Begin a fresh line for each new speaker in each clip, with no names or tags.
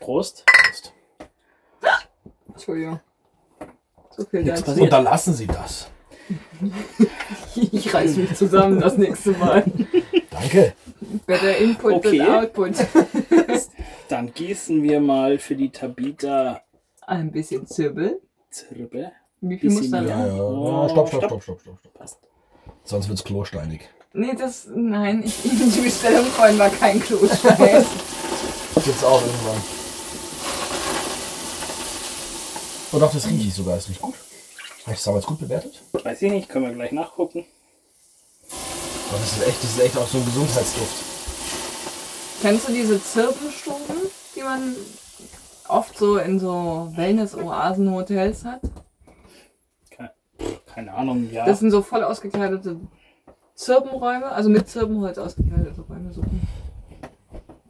Prost.
Entschuldigung. So viel
Nichts
dazu.
passiert. Unterlassen Sie das.
Ich reiß mich zusammen das nächste Mal.
Danke.
Better Input
Okay.
than Output.
Dann gießen wir mal für die Tabita
Ein bisschen Zirbel.
Zirbe.
Wie viel muss da
Bisschen,
Ja,
rein?
ja.
Oh,
stopp,
stopp.
stopp, stopp, stopp, stopp, stopp.
Passt.
Sonst wird's klosteinig.
Nee, das. Nein, ich, die Bestellung vorhin war kein Klostein.
Jetzt auch irgendwann. Oh doch, das rieche ich sogar. Das riecht gut. Habe ich es damals gut bewertet?
Weiß ich nicht, können wir gleich nachgucken.
Oh, das ist echt, das ist echt auch so ein Gesundheitsduft.
Kennst du diese Zirpenstuben, die man oft so in so Wellness-Oasen-Hotels hat?
Keine, keine Ahnung, ja.
Das sind so voll ausgekleidete Zirbenräume, also mit Zirbenholz ausgekleidete Räume. So.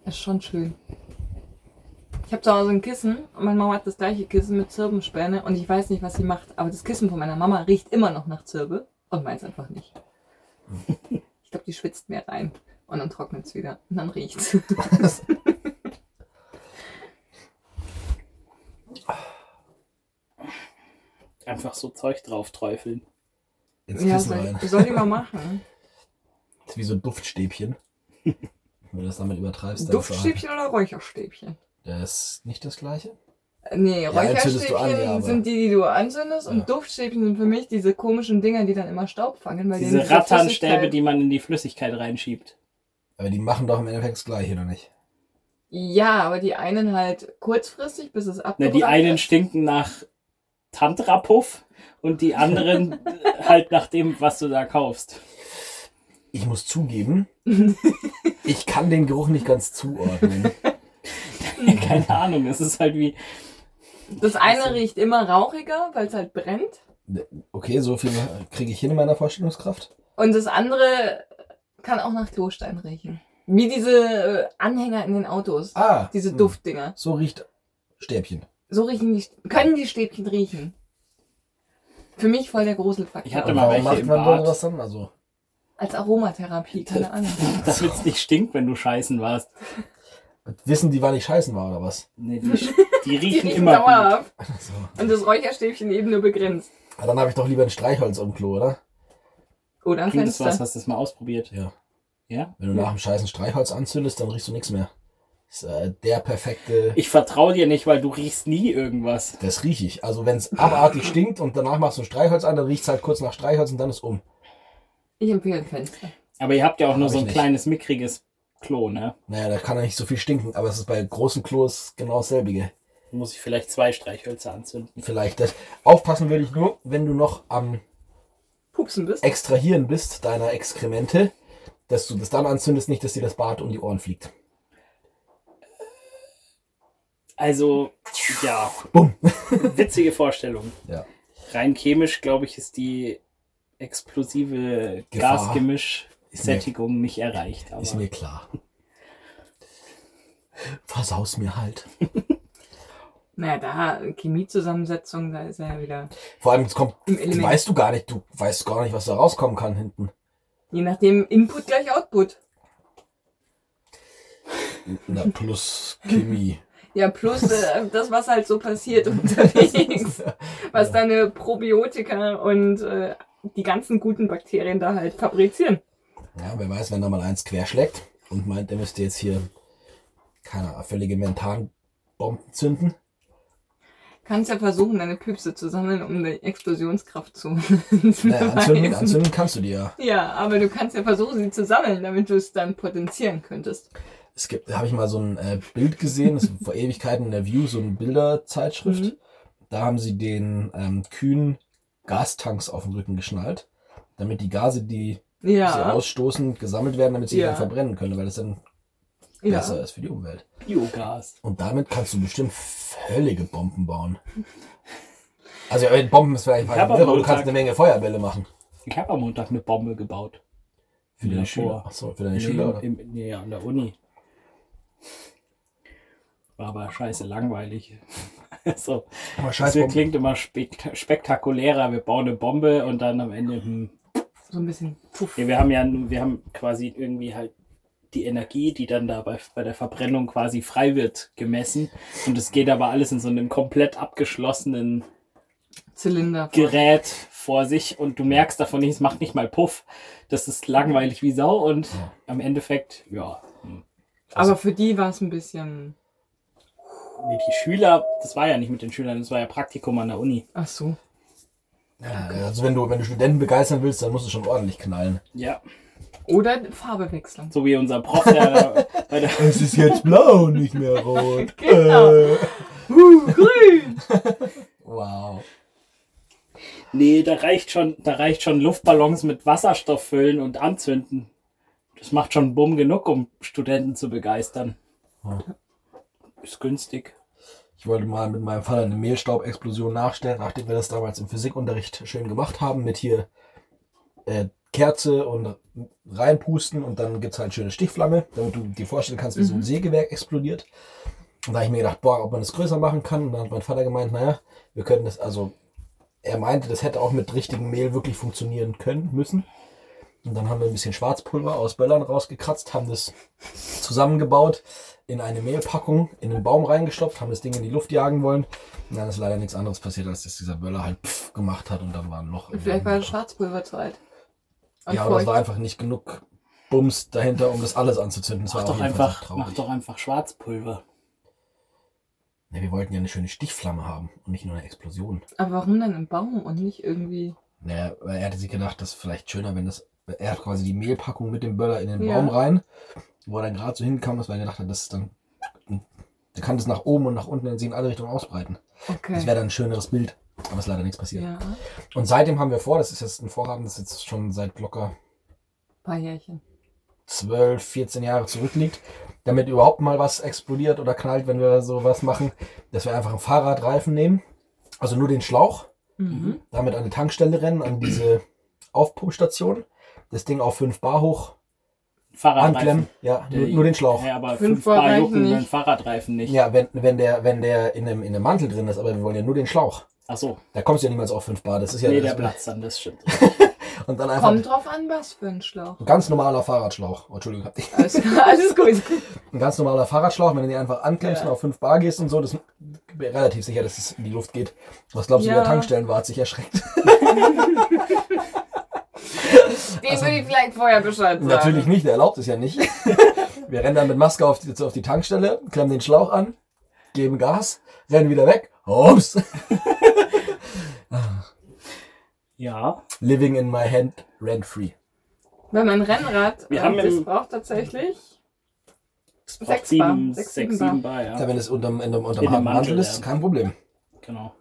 Ist schon schön. Ich habe zu Hause ein Kissen und meine Mama hat das gleiche Kissen mit Zirbenspäne und ich weiß nicht, was sie macht, aber das Kissen von meiner Mama riecht immer noch nach Zirbe und meins einfach nicht. Ich glaube, die schwitzt mehr rein und dann trocknet es wieder und dann riecht's.
Einfach so Zeug drauf träufeln.
Ins
Ja,
Kissen
soll,
rein.
soll die mal machen.
Das ist wie so ein Duftstäbchen. Wenn du das damit übertreibst, dann ist es-
Duftstäbchen oder Räucherstäbchen?
Das ist nicht das gleiche.
Äh, Nee,
entzündest du
Räucherstäbchen
an, ja, aber-
sind die, die du anzündest und
Ja.
Duftstäbchen sind für mich diese komischen Dinger, die dann immer Staub fangen. Weil
Diese Ratternstäbe, die man in die Flüssigkeit reinschiebt.
Aber die machen doch im Endeffekt das gleiche, oder nicht?
Ja, aber die einen halt kurzfristig, bis es
Na,
abgebrannt
Ne, die einen
ist.
stinken nach Tantrapuff und die anderen halt nach dem, was du da kaufst.
Ich muss zugeben, ich kann den Geruch nicht ganz zuordnen.
Mhm.
keine Ahnung, es ist halt wie.
Das eine riecht immer rauchiger, weil es halt brennt.
Okay, so viel kriege ich hin in meiner Vorstellungskraft.
Und das andere kann auch nach Klostein riechen. Wie diese äh, Anhänger in den Autos.
Ah,
Diese
hm.
Duftdinger.
So riecht Stäbchen.
So riechen die, können die Stäbchen riechen. Für mich voll der Gruselfaktor.
Ich hatte
Und
mal welche
warum macht
im
man
Bad.
da was dann? Also,
Als Aromatherapie, keine Ahnung.
Damit es nicht stinkt, wenn du scheißen warst.
wissen die, wann ich scheißen war oder was?
Nee, die, die riechen immer gut.
dauerhaft.
So.
Und das Räucherstäbchen eben nur begrenzt.
Ah, dann habe ich doch lieber ein Streichholz am Klo, oder?
Oder ein
Bringt das was?
Fenster.
Hast du das mal ausprobiert?
Ja.
Ja?
Wenn du nach dem Scheißen Streichholz anzündest, dann riechst du nichts mehr. Das ist äh, der perfekte.
Ich vertraue dir nicht, weil du riechst nie irgendwas.
Das rieche ich. Also wenn es abartig stinkt und danach machst du ein Streichholz an, dann riecht es halt kurz nach Streichholz und dann ist um.
Ich empfehle ein Fenster.
Aber ihr habt ja auch nur
Hab
so
ich
ein
nicht.
kleines, mickriges Klo, ne?
Naja, da kann ja nicht so viel stinken, aber es ist bei großen Klos genau dasselbige.
Muss ich vielleicht zwei Streichhölzer anzünden.
Vielleicht das. Aufpassen würde ich nur, wenn du noch am
Pupsen
Äh.
bist.
Extrahieren bist deiner Exkremente, dass du das dann anzündest, nicht, dass dir das Bad um die Ohren fliegt.
Also, ja.
Bumm.
Witzige Vorstellung.
Ja.
Rein chemisch, glaube ich, ist die explosive
Gefahr. Ist mir-
Gasgemisch-Sättigung nicht erreicht. Aber
Ist mir klar. Versaus mir halt.
Naja, da Chemiezusammensetzung, da ist er ja wieder
Vor allem, es kommt,
im Element.
weißt du gar nicht, du weißt gar nicht, was da rauskommen kann hinten.
Je nachdem, Input gleich Output.
Na, plus Chemie.
Ja, plus äh, das, was halt so passiert unterwegs. Was deine Probiotika und äh, die ganzen guten Bakterien da halt fabrizieren.
Ja, wer weiß, wenn da mal eins querschlägt und meint, er müsste jetzt hier, keine Ahnung, völlige Mentanbomben zünden.
Kannst ja versuchen, deine Püpse zu sammeln, um die Explosionskraft zu, zu
Naja, anzünden,
beweisen.
anzünden kannst du dir ja.
Ja, aber du kannst ja versuchen, sie zu sammeln, damit du es dann potenzieren könntest.
Es gibt, da habe ich mal so ein äh, Bild gesehen, das ist vor Ewigkeiten in der View, so eine Bilderzeitschrift.
Mhm.
Da haben sie den ähm, Kühen Gastanks auf den Rücken geschnallt, damit die Gase, die sie
Ja,
ausstoßen, gesammelt werden, damit sie
Ja.
dann verbrennen können, weil das dann
ja.
besser ist für die Umwelt.
Biogas.
Und damit kannst du bestimmt völlige Bomben bauen. Also äh, Bomben ist vielleicht
Ich hab
aber
aber
du kannst
gesagt-
eine Menge Feuerbälle machen.
Ich habe am Montag eine Bombe gebaut.
Für
Ja,
deine
boah.
Schüler. Achso, für deine
Nee,
Schüler. Oder?
Im, nee, an der Uni. War aber scheiße langweilig. Also,
Aber scheiß
das hier
Bomben.
klingt immer spek spektakulärer. Wir bauen eine Bombe und dann am Ende. Hm.
So ein bisschen puff.
Nee, wir haben ja, wir haben quasi irgendwie halt die Energie, die dann da bei, bei der Verbrennung quasi frei wird, gemessen. Und es geht aber alles in so einem komplett abgeschlossenen
Zylinder.
Gerät vor sich und du merkst davon nicht, es macht nicht mal Puff. Das ist langweilig wie Sau und
Ja.
am Endeffekt, ja. hm.
Aber für die war es ein bisschen.
Nee, die Schüler, das war ja nicht mit den Schülern, das war ja Praktikum an der Uni.
Ach so.
Ja, also wenn du, wenn du Studenten begeistern willst, dann musst du schon ordentlich knallen.
Ja,
Oder Farbe wechseln.
so wie unser Prof, der bei der
Es ist jetzt blau, nicht mehr rot.
Genau.
Äh.
Uh, grün!
Wow.
Nee, da reicht schon, da reicht schon Luftballons mit Wasserstoff füllen und anzünden. Das macht schon Bumm genug, um Studenten zu begeistern.
Ja.
Ist günstig.
Ich wollte mal mit meinem Vater eine Mehlstaubexplosion nachstellen, nachdem wir das damals im Physikunterricht schön gemacht haben, mit hier äh, Kerze und reinpusten und dann gibt es halt schöne Stichflamme, damit du dir vorstellen kannst, wie so ein
Mhm.
Sägewerk explodiert. Und da habe ich mir gedacht, boah, ob man das größer machen kann. Und dann hat mein Vater gemeint, naja, wir können das, also er meinte, das hätte auch mit richtigem Mehl wirklich funktionieren können, müssen. Und dann haben wir ein bisschen Schwarzpulver aus Böllern rausgekratzt, haben das zusammengebaut, in eine Mehlpackung, in den Baum reingestopft, haben das Ding in die Luft jagen wollen. Und dann ist leider nichts anderes passiert, als dass dieser Böller halt pff gemacht hat und dann war ein Loch. im
Vielleicht
Boden.
war das Schwarzpulver zu alt. Und
Ja, aber es
feucht.
war einfach nicht genug Bums dahinter, um das alles anzuzünden. Das
Mach
war auf
doch,
jeden Fall
einfach,
sehr
mach
traurig.
doch einfach Schwarzpulver.
Nee, wir wollten ja eine schöne Stichflamme haben und nicht nur eine Explosion.
aber warum dann im Baum und nicht irgendwie.
Naja, weil er hatte sich gedacht, das ist vielleicht schöner, wenn das. Er hat quasi die Mehlpackung mit dem Böller in den
Ja.
Baum rein, wo er dann gerade so hinkam, dass er gedacht hat, das ist dann. Der kann das nach oben und nach unten in sie in alle Richtungen ausbreiten. Das
Okay.
wäre dann ein schöneres Bild. Aber ist leider nichts passiert.
Ja, ein
Und seitdem haben wir vor, das ist jetzt ein Vorhaben, das jetzt schon seit locker
paar Jährchen.
12, 14 Jahre zurückliegt, damit überhaupt mal was explodiert oder knallt, wenn wir sowas machen, dass wir einfach einen Fahrradreifen nehmen, also nur den Schlauch,
Mhm.
damit an die Tankstelle rennen, an diese Aufpumpstation, das Ding auf 5 Bar hoch,
Fahrradreifen.
anklemmen, ja, nur,
Der-
nur den Schlauch.
Ja, aber
Fünf
fünf Bar
Bar
jucken
reichen
den
nicht.
Fahrradreifen nicht.
Ja, wenn, wenn der, wenn der in einem, in einem Mantel drin ist, aber wir wollen ja nur den Schlauch.
Ach so,
Da kommst du ja niemals auf 5 Bar, das ist ja
nee, der
das
platzt dann, das stimmt.
Und dann einfach
Kommt drauf an, was für ein Schlauch.
ein ganz normaler Fahrradschlauch. Oh, Entschuldigung,
Alles, alles gut.
ein ganz normaler Fahrradschlauch, wenn du den einfach anklemmst
Ja.
und auf 5 Bar gehst und so, das ist relativ sicher, dass es in die Luft geht. Was glaubst du,
Ja.
der Tankstellenwart sich erschreckt?
Dem würde ich vielleicht vorher Bescheid sagen.
Natürlich nicht, der erlaubt es ja nicht. Wir rennen dann mit Maske auf die, auf die Tankstelle, klemmen den Schlauch an, geben Gas, rennen wieder weg. Ups.
Ja,
Living in my hand rent free.
Weil mein Rennrad,
Wir
äh,
haben
das
im-
braucht tatsächlich
es
Sechs
braucht sieben,
Bar,
sechs,
sechs,
sieben
sieben
Bar, ja.
Ja, wenn es unterm, unterm, unterm
In dem
harten
Mantel,
Mantel ist,
ja.
kein Problem.
Genau.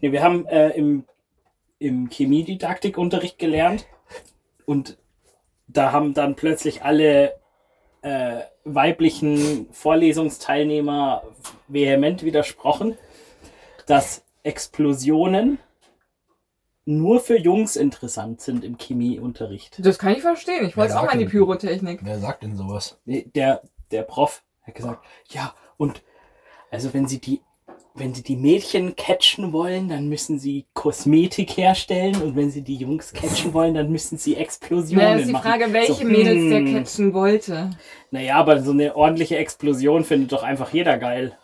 Nee, wir haben äh, im, im Chemiedidaktikunterricht gelernt und da haben dann plötzlich alle äh, weiblichen Vorlesungsteilnehmer vehement widersprochen, dass Explosionen nur für Jungs interessant sind im Chemieunterricht.
Das kann ich verstehen. Ich wollte
Ja,
auch mal in die
okay.
Pyrotechnik.
Wer sagt denn sowas?
Nee, Der, der Prof hat gesagt, ja, und also wenn sie die wenn sie die Mädchen catchen wollen, dann müssen sie Kosmetik herstellen und wenn sie die Jungs catchen wollen, dann müssen sie Explosionen
Naja, ist die
machen.
Frage, welche
So,
Mädels der
hm.
catchen wollte.
Naja, aber so eine ordentliche Explosion findet doch einfach jeder geil.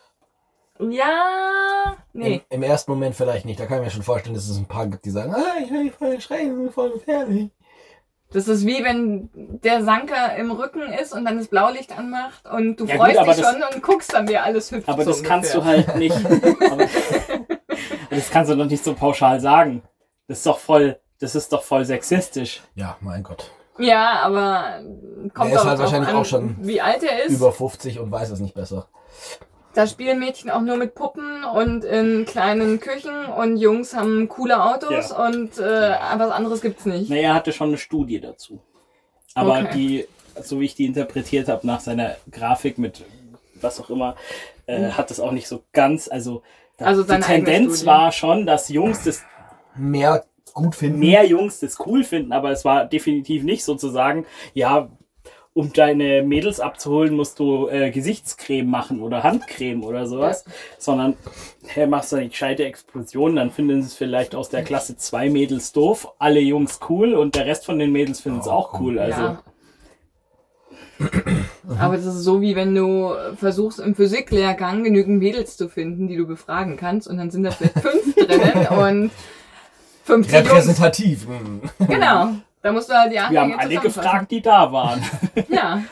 Ja, nee.
Im, Im ersten Moment vielleicht nicht. Da kann ich mir schon vorstellen, dass es ein paar gibt, die sagen, ah, ich bin voll erschreckend, voll gefährlich.
Das ist wie wenn der Sanker im Rücken ist und dann das Blaulicht anmacht und du
Ja,
freust
gut, aber
dich
das-
schon und guckst dann, wie alles hüpft.
Aber
so
das kannst du
ungefähr.
halt nicht. aber, das kannst du doch nicht so pauschal sagen. Das ist doch voll, das ist doch voll sexistisch.
Ja, mein Gott.
halt
Ja, aber kommt
Der ist
auch
halt
drauf
wahrscheinlich
an,
auch schon
wie alt er ist.
Über 50 und weiß es nicht besser.
Da spielen Mädchen auch nur mit Puppen und in kleinen Küchen und Jungs haben coole Autos und äh, was anderes gibt's nicht.
Naja, er hatte schon eine Studie dazu. Aber
Okay.
die, so wie ich die interpretiert habe, nach seiner Grafik mit was auch immer, äh, hat das auch nicht so ganz, also, da-
Mhm. Also
die
seine eigene
Tendenz
Studie.
war schon, dass Jungs das,
Mehr gut finden.
mehr Jungs das cool finden, aber es war definitiv nicht sozusagen, ja, um deine Mädels abzuholen, musst du äh, Gesichtscreme machen oder Handcreme oder sowas, sondern hey, machst du eine gescheite Explosion, dann finden es vielleicht aus der Klasse zwei Mädels doof, alle Jungs cool und der Rest von den Mädels findet es
Ja,
auch
cool.
cool. Also
ja. Aber das ist so, wie wenn du versuchst, im Physiklehrgang genügend Mädels zu finden, die du befragen kannst. Und dann sind da vielleicht fünf drinnen und 50 Jungs.
Repräsentativ. mhm.
Genau. Da musst du halt die
Wir
Anhänge
haben alle
zusammenfassen.
gefragt, die da waren.
Ja.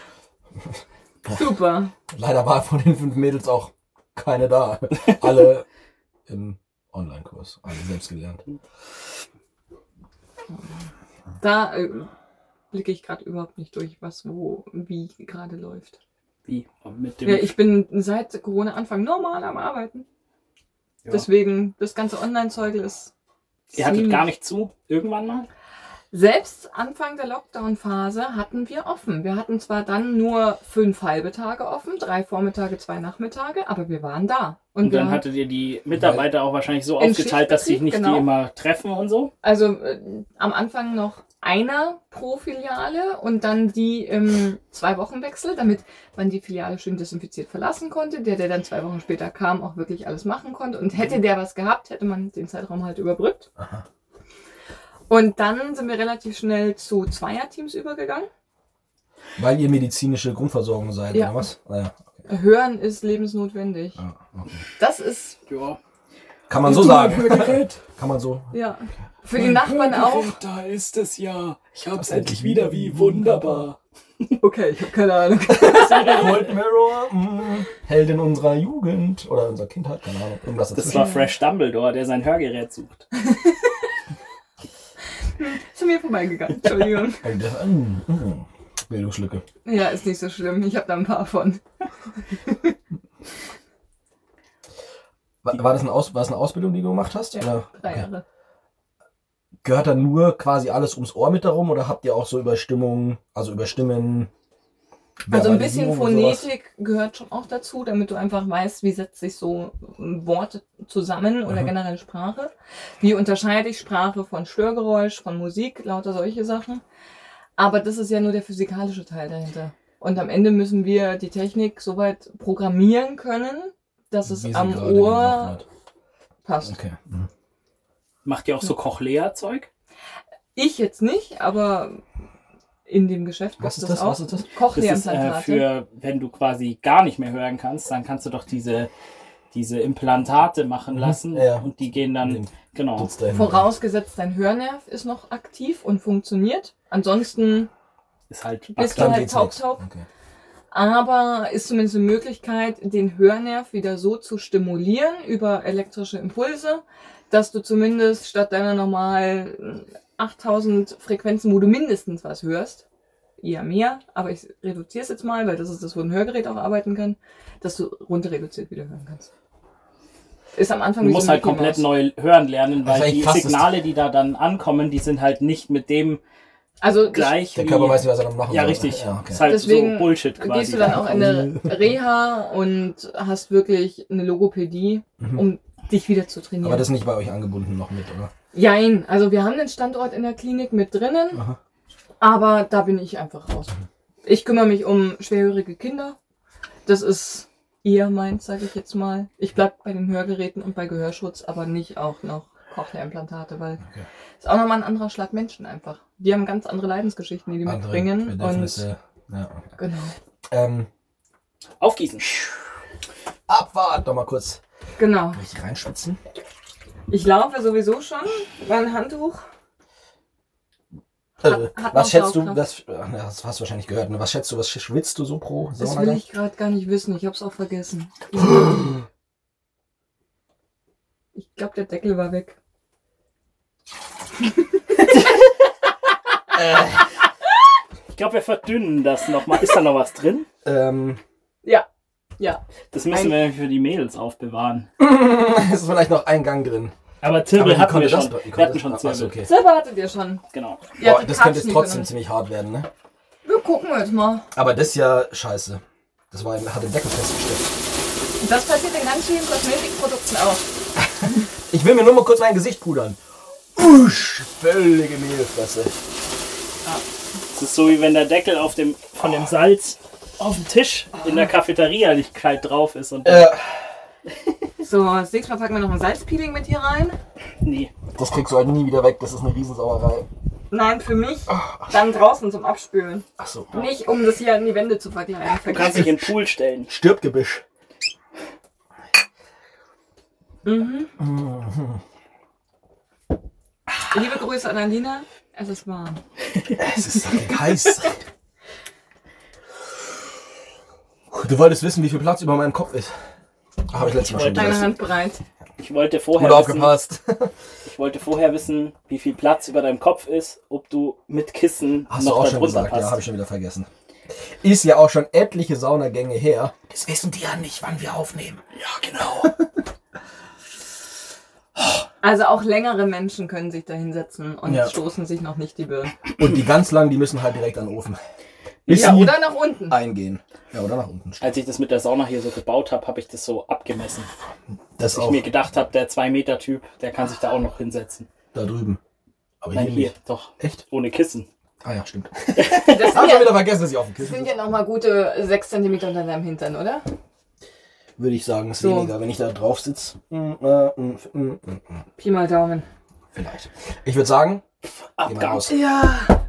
Super.
Leider war von den fünf Mädels auch keine da. Alle im Online-Kurs. Alle selbst gelernt.
Da äh, blicke ich gerade überhaupt nicht durch, was wo wie gerade läuft.
Wie? Mit dem
Ja, ich bin seit Corona Anfang normal am Arbeiten.
Ja.
Deswegen, das ganze Online-Zeug ist.
Ihr hattet
ziemlich-
gar nicht zu, irgendwann mal?
Selbst Anfang der Lockdown-Phase hatten wir offen. Wir hatten zwar dann nur fünf halbe Tage offen, drei Vormittage, zwei Nachmittage, aber wir waren da.
Und
wir
dann hattet ihr die Mitarbeiter auch wahrscheinlich so
Im
aufgeteilt, dass sich nicht
Schichtbetrieb, genau.
die immer treffen und so.
Also äh, am Anfang noch einer pro Filiale und dann die im Zwei-Wochen-Wechsel, damit man die Filiale schön desinfiziert verlassen konnte. Der, der dann zwei Wochen später kam, auch wirklich alles machen konnte. Und hätte der was gehabt, hätte man den Zeitraum halt überbrückt.
Aha.
Und dann sind wir relativ schnell zu Zweierteams übergegangen.
Weil ihr medizinische Grundversorgung seid,
Ja.
oder was? Ah, ja.
Hören ist lebensnotwendig.
Ah, okay.
Das ist,
Ja.
Kann man so sagen. Kann man so.
ja, für die Nachbarn auch.
Da ist es ja. Ich hab's
endlich wieder, wie wunderbar.
Okay, ich habe keine Ahnung.
Cold Mirror, mm, Heldin unserer Jugend oder unserer Kindheit, keine Ahnung. Irgendwas
Das
dazwischen.
war Fresh Dumbledore, der sein Hörgerät sucht.
Zu mir vorbeigegangen, Entschuldigung.
Ey, das- mm, mm. Bildungslücke.
Ja, ist nicht so schlimm. Ich habe da ein paar von.
War, war, das ein Aus, war das eine Ausbildung, die du gemacht hast? oder?
Drei
Okay.
Jahre.
Gehört dann nur quasi alles ums Ohr mit darum oder habt ihr auch so über Stimmung, also über Stimmen?
Also ein bisschen
Verbalisierung und sowas?
Phonetik gehört schon auch dazu, damit du einfach weißt, wie setzt sich so ein Wort zusammen oder
Mhm.
generell Sprache. Wie unterscheide ich Sprache von Störgeräusch, von Musik, lauter solche Sachen. Aber das ist ja nur der physikalische Teil dahinter. Und am Ende müssen wir die Technik soweit programmieren können, dass
Wie
es
sie
am
gerade
Ohr
gemacht hat.
passt.
Okay. mhm.
Macht ihr auch so Cochlea-Zeug?
Ich jetzt nicht, aber in dem Geschäft gibt
Was
es
ist
das
das?
auch.
Was ist das?
Das ist äh,
Cochlea-Implantate.
für, wenn du quasi gar nicht mehr hören kannst, dann kannst du doch diese, diese Implantate machen lassen.
Mhm. ja.
Und die gehen dann,
Den
genau.
Dutz dahin.
Vorausgesetzt, dein Hörnerv ist noch aktiv und funktioniert. Ansonsten,
Ist halt
Bist
Bastard.
Dann
halt
geht's
taub,
nix.
taub.
Okay.
aber ist zumindest eine Möglichkeit, den Hörnerv wieder so zu stimulieren über elektrische Impulse, dass du zumindest statt deiner normal 8000 Frequenzen, wo du mindestens was hörst, eher mehr, aber ich reduziere es jetzt mal, weil das ist das, wo ein Hörgerät auch arbeiten kann, dass du runter reduziert wieder hören kannst. Ist am Anfang
Du
wie
musst
so ein
halt
Mickey
komplett
Mouse.
neu hören lernen,
Das ist
weil
eigentlich
die
krass, das-
Signale, die da dann ankommen, die sind halt nicht mit dem
Also das
gleich.
Der
wie-
Körper weiß nicht, was er dann machen
ja,
soll.
richtig.
Ja, okay. Mhm.
Ist halt
Deswegen
so Bullshit
Da
quasi.
Gehst du dann auch in eine Reha und hast wirklich eine Logopädie, um dich wieder zu trainieren?
Mhm. Aber das ist nicht bei euch angebunden noch mit, oder?
Jein, also wir haben den Standort in der Klinik mit drinnen,
Aha.
aber da bin ich einfach raus. Ich kümmere mich um schwerhörige Kinder. Das ist eher meins, sage ich jetzt mal. Ich bleib bei den Hörgeräten und bei Gehörschutz, aber nicht auch noch Cochlea-Implantate, weil
Okay.
ist auch nochmal ein anderer Schlag Menschen einfach. Die haben ganz andere Leidensgeschichten, die die
Andere
mitbringen. Und
Bedürfnisse. Ja, okay.
genau,
ähm,
Aufgießen.
abwarten, noch mal kurz
genau.
richtig reinschwitzen.
Ich laufe sowieso schon. Mein Handtuch.
Äh,
Hat- hat noch
was schätzt du,
Saugkraft.
was, ja, das hast du wahrscheinlich gehört, ne? was schätzt du, was schwitzt du so pro
Das
Sauna?
will ich gerade gar nicht wissen. Ich hab's auch vergessen. Ich glaube, der Deckel war weg.
Ich glaube, wir verdünnen das nochmal. Ist da noch was drin?
Ähm,
Ja. Ja.
Das müssen wir für die Mädels aufbewahren.
es ist vielleicht noch ein Gang drin.
Aber Zirbel
wie
hatten
konnte
wir
das-
schon.
wie konnte
Wir hatten schon
das- ach,
Zirbel.
okay.
Selber hattet ihr schon.
Genau.
Ihr
Boah,
hattet
das könnte jetzt
Karpfen
trotzdem
drin.
ziemlich hart werden, ne?
Wir gucken jetzt mal.
Aber das ist ja scheiße. Das war, hat den Deckel festgesteckt.
Das passiert in ganz vielen Kosmetikprodukten auch.
Ich will mir nur mal kurz mein Gesicht pudern. Usch, völlige Mehlfresse.
Es ist so, wie wenn der Deckel auf dem, von dem Salz auf dem Tisch in der Cafeteria nicht kalt drauf ist. Und
Äh,
So, das nächste Mal packen wir noch ein Salzpeeling mit hier rein.
nee.
das kriegst du halt nie wieder weg, das ist eine Riesensauerei.
Nein, für mich. Dann draußen zum Abspülen.
Achso.
Nicht, um das hier an die Wände zu verkleiden.
Du kannst dich in den Pool stellen.
Stirbgebüsch.
Mhm. Liebe Grüße an Alina. Es ist warm.
Es ist fucking heiß. Du wolltest wissen, wie viel Platz über meinem Kopf ist. Habe ich letztes Mal schon
wollte-
Deine
gesagt.
Hand breit.
Ich wollte vorher
Gut
wissen,
aufgepasst.
ich wollte vorher wissen, wie viel Platz über deinem Kopf ist, ob du mit Kissen
Hast du
noch
auch schon
darunter
gesagt,
passt.
ja, habe ich schon wieder vergessen. Ist ja auch schon etliche Saunagänge her. Das wissen die ja nicht, wann wir aufnehmen. Ja, genau.
Also auch längere Menschen können sich da hinsetzen und
Ja.
stoßen sich noch nicht die Birne.
Und die ganz langen, die müssen halt direkt an den Ofen. Bis
Ja,
sie
oder nach unten.
eingehen. Ja, oder nach unten.
Als ich das mit der Sauna hier so gebaut habe, habe ich das so abgemessen.
Das
Dass ich
auch
mir gedacht habe, der 2-Meter-Typ, der kann sich da auch noch hinsetzen.
da drüben. Aber
Nein,
hier
hier,
nicht.
doch.
Echt?
Ohne Kissen.
Ah ja, stimmt.
Das
Hab
sind
schon
ja,
wieder vergessen, dass ich auf dem Kissen
sind
sitze.
ja nochmal gute 6 cm unter deinem Hintern, oder?
Würde ich sagen, ist
So.
weniger, wenn ich da drauf sitze. Mm, Vielleicht.
Pi mal Daumen.
mm, Ich würde sagen, geh mal
Abgas.
raus.
Ja.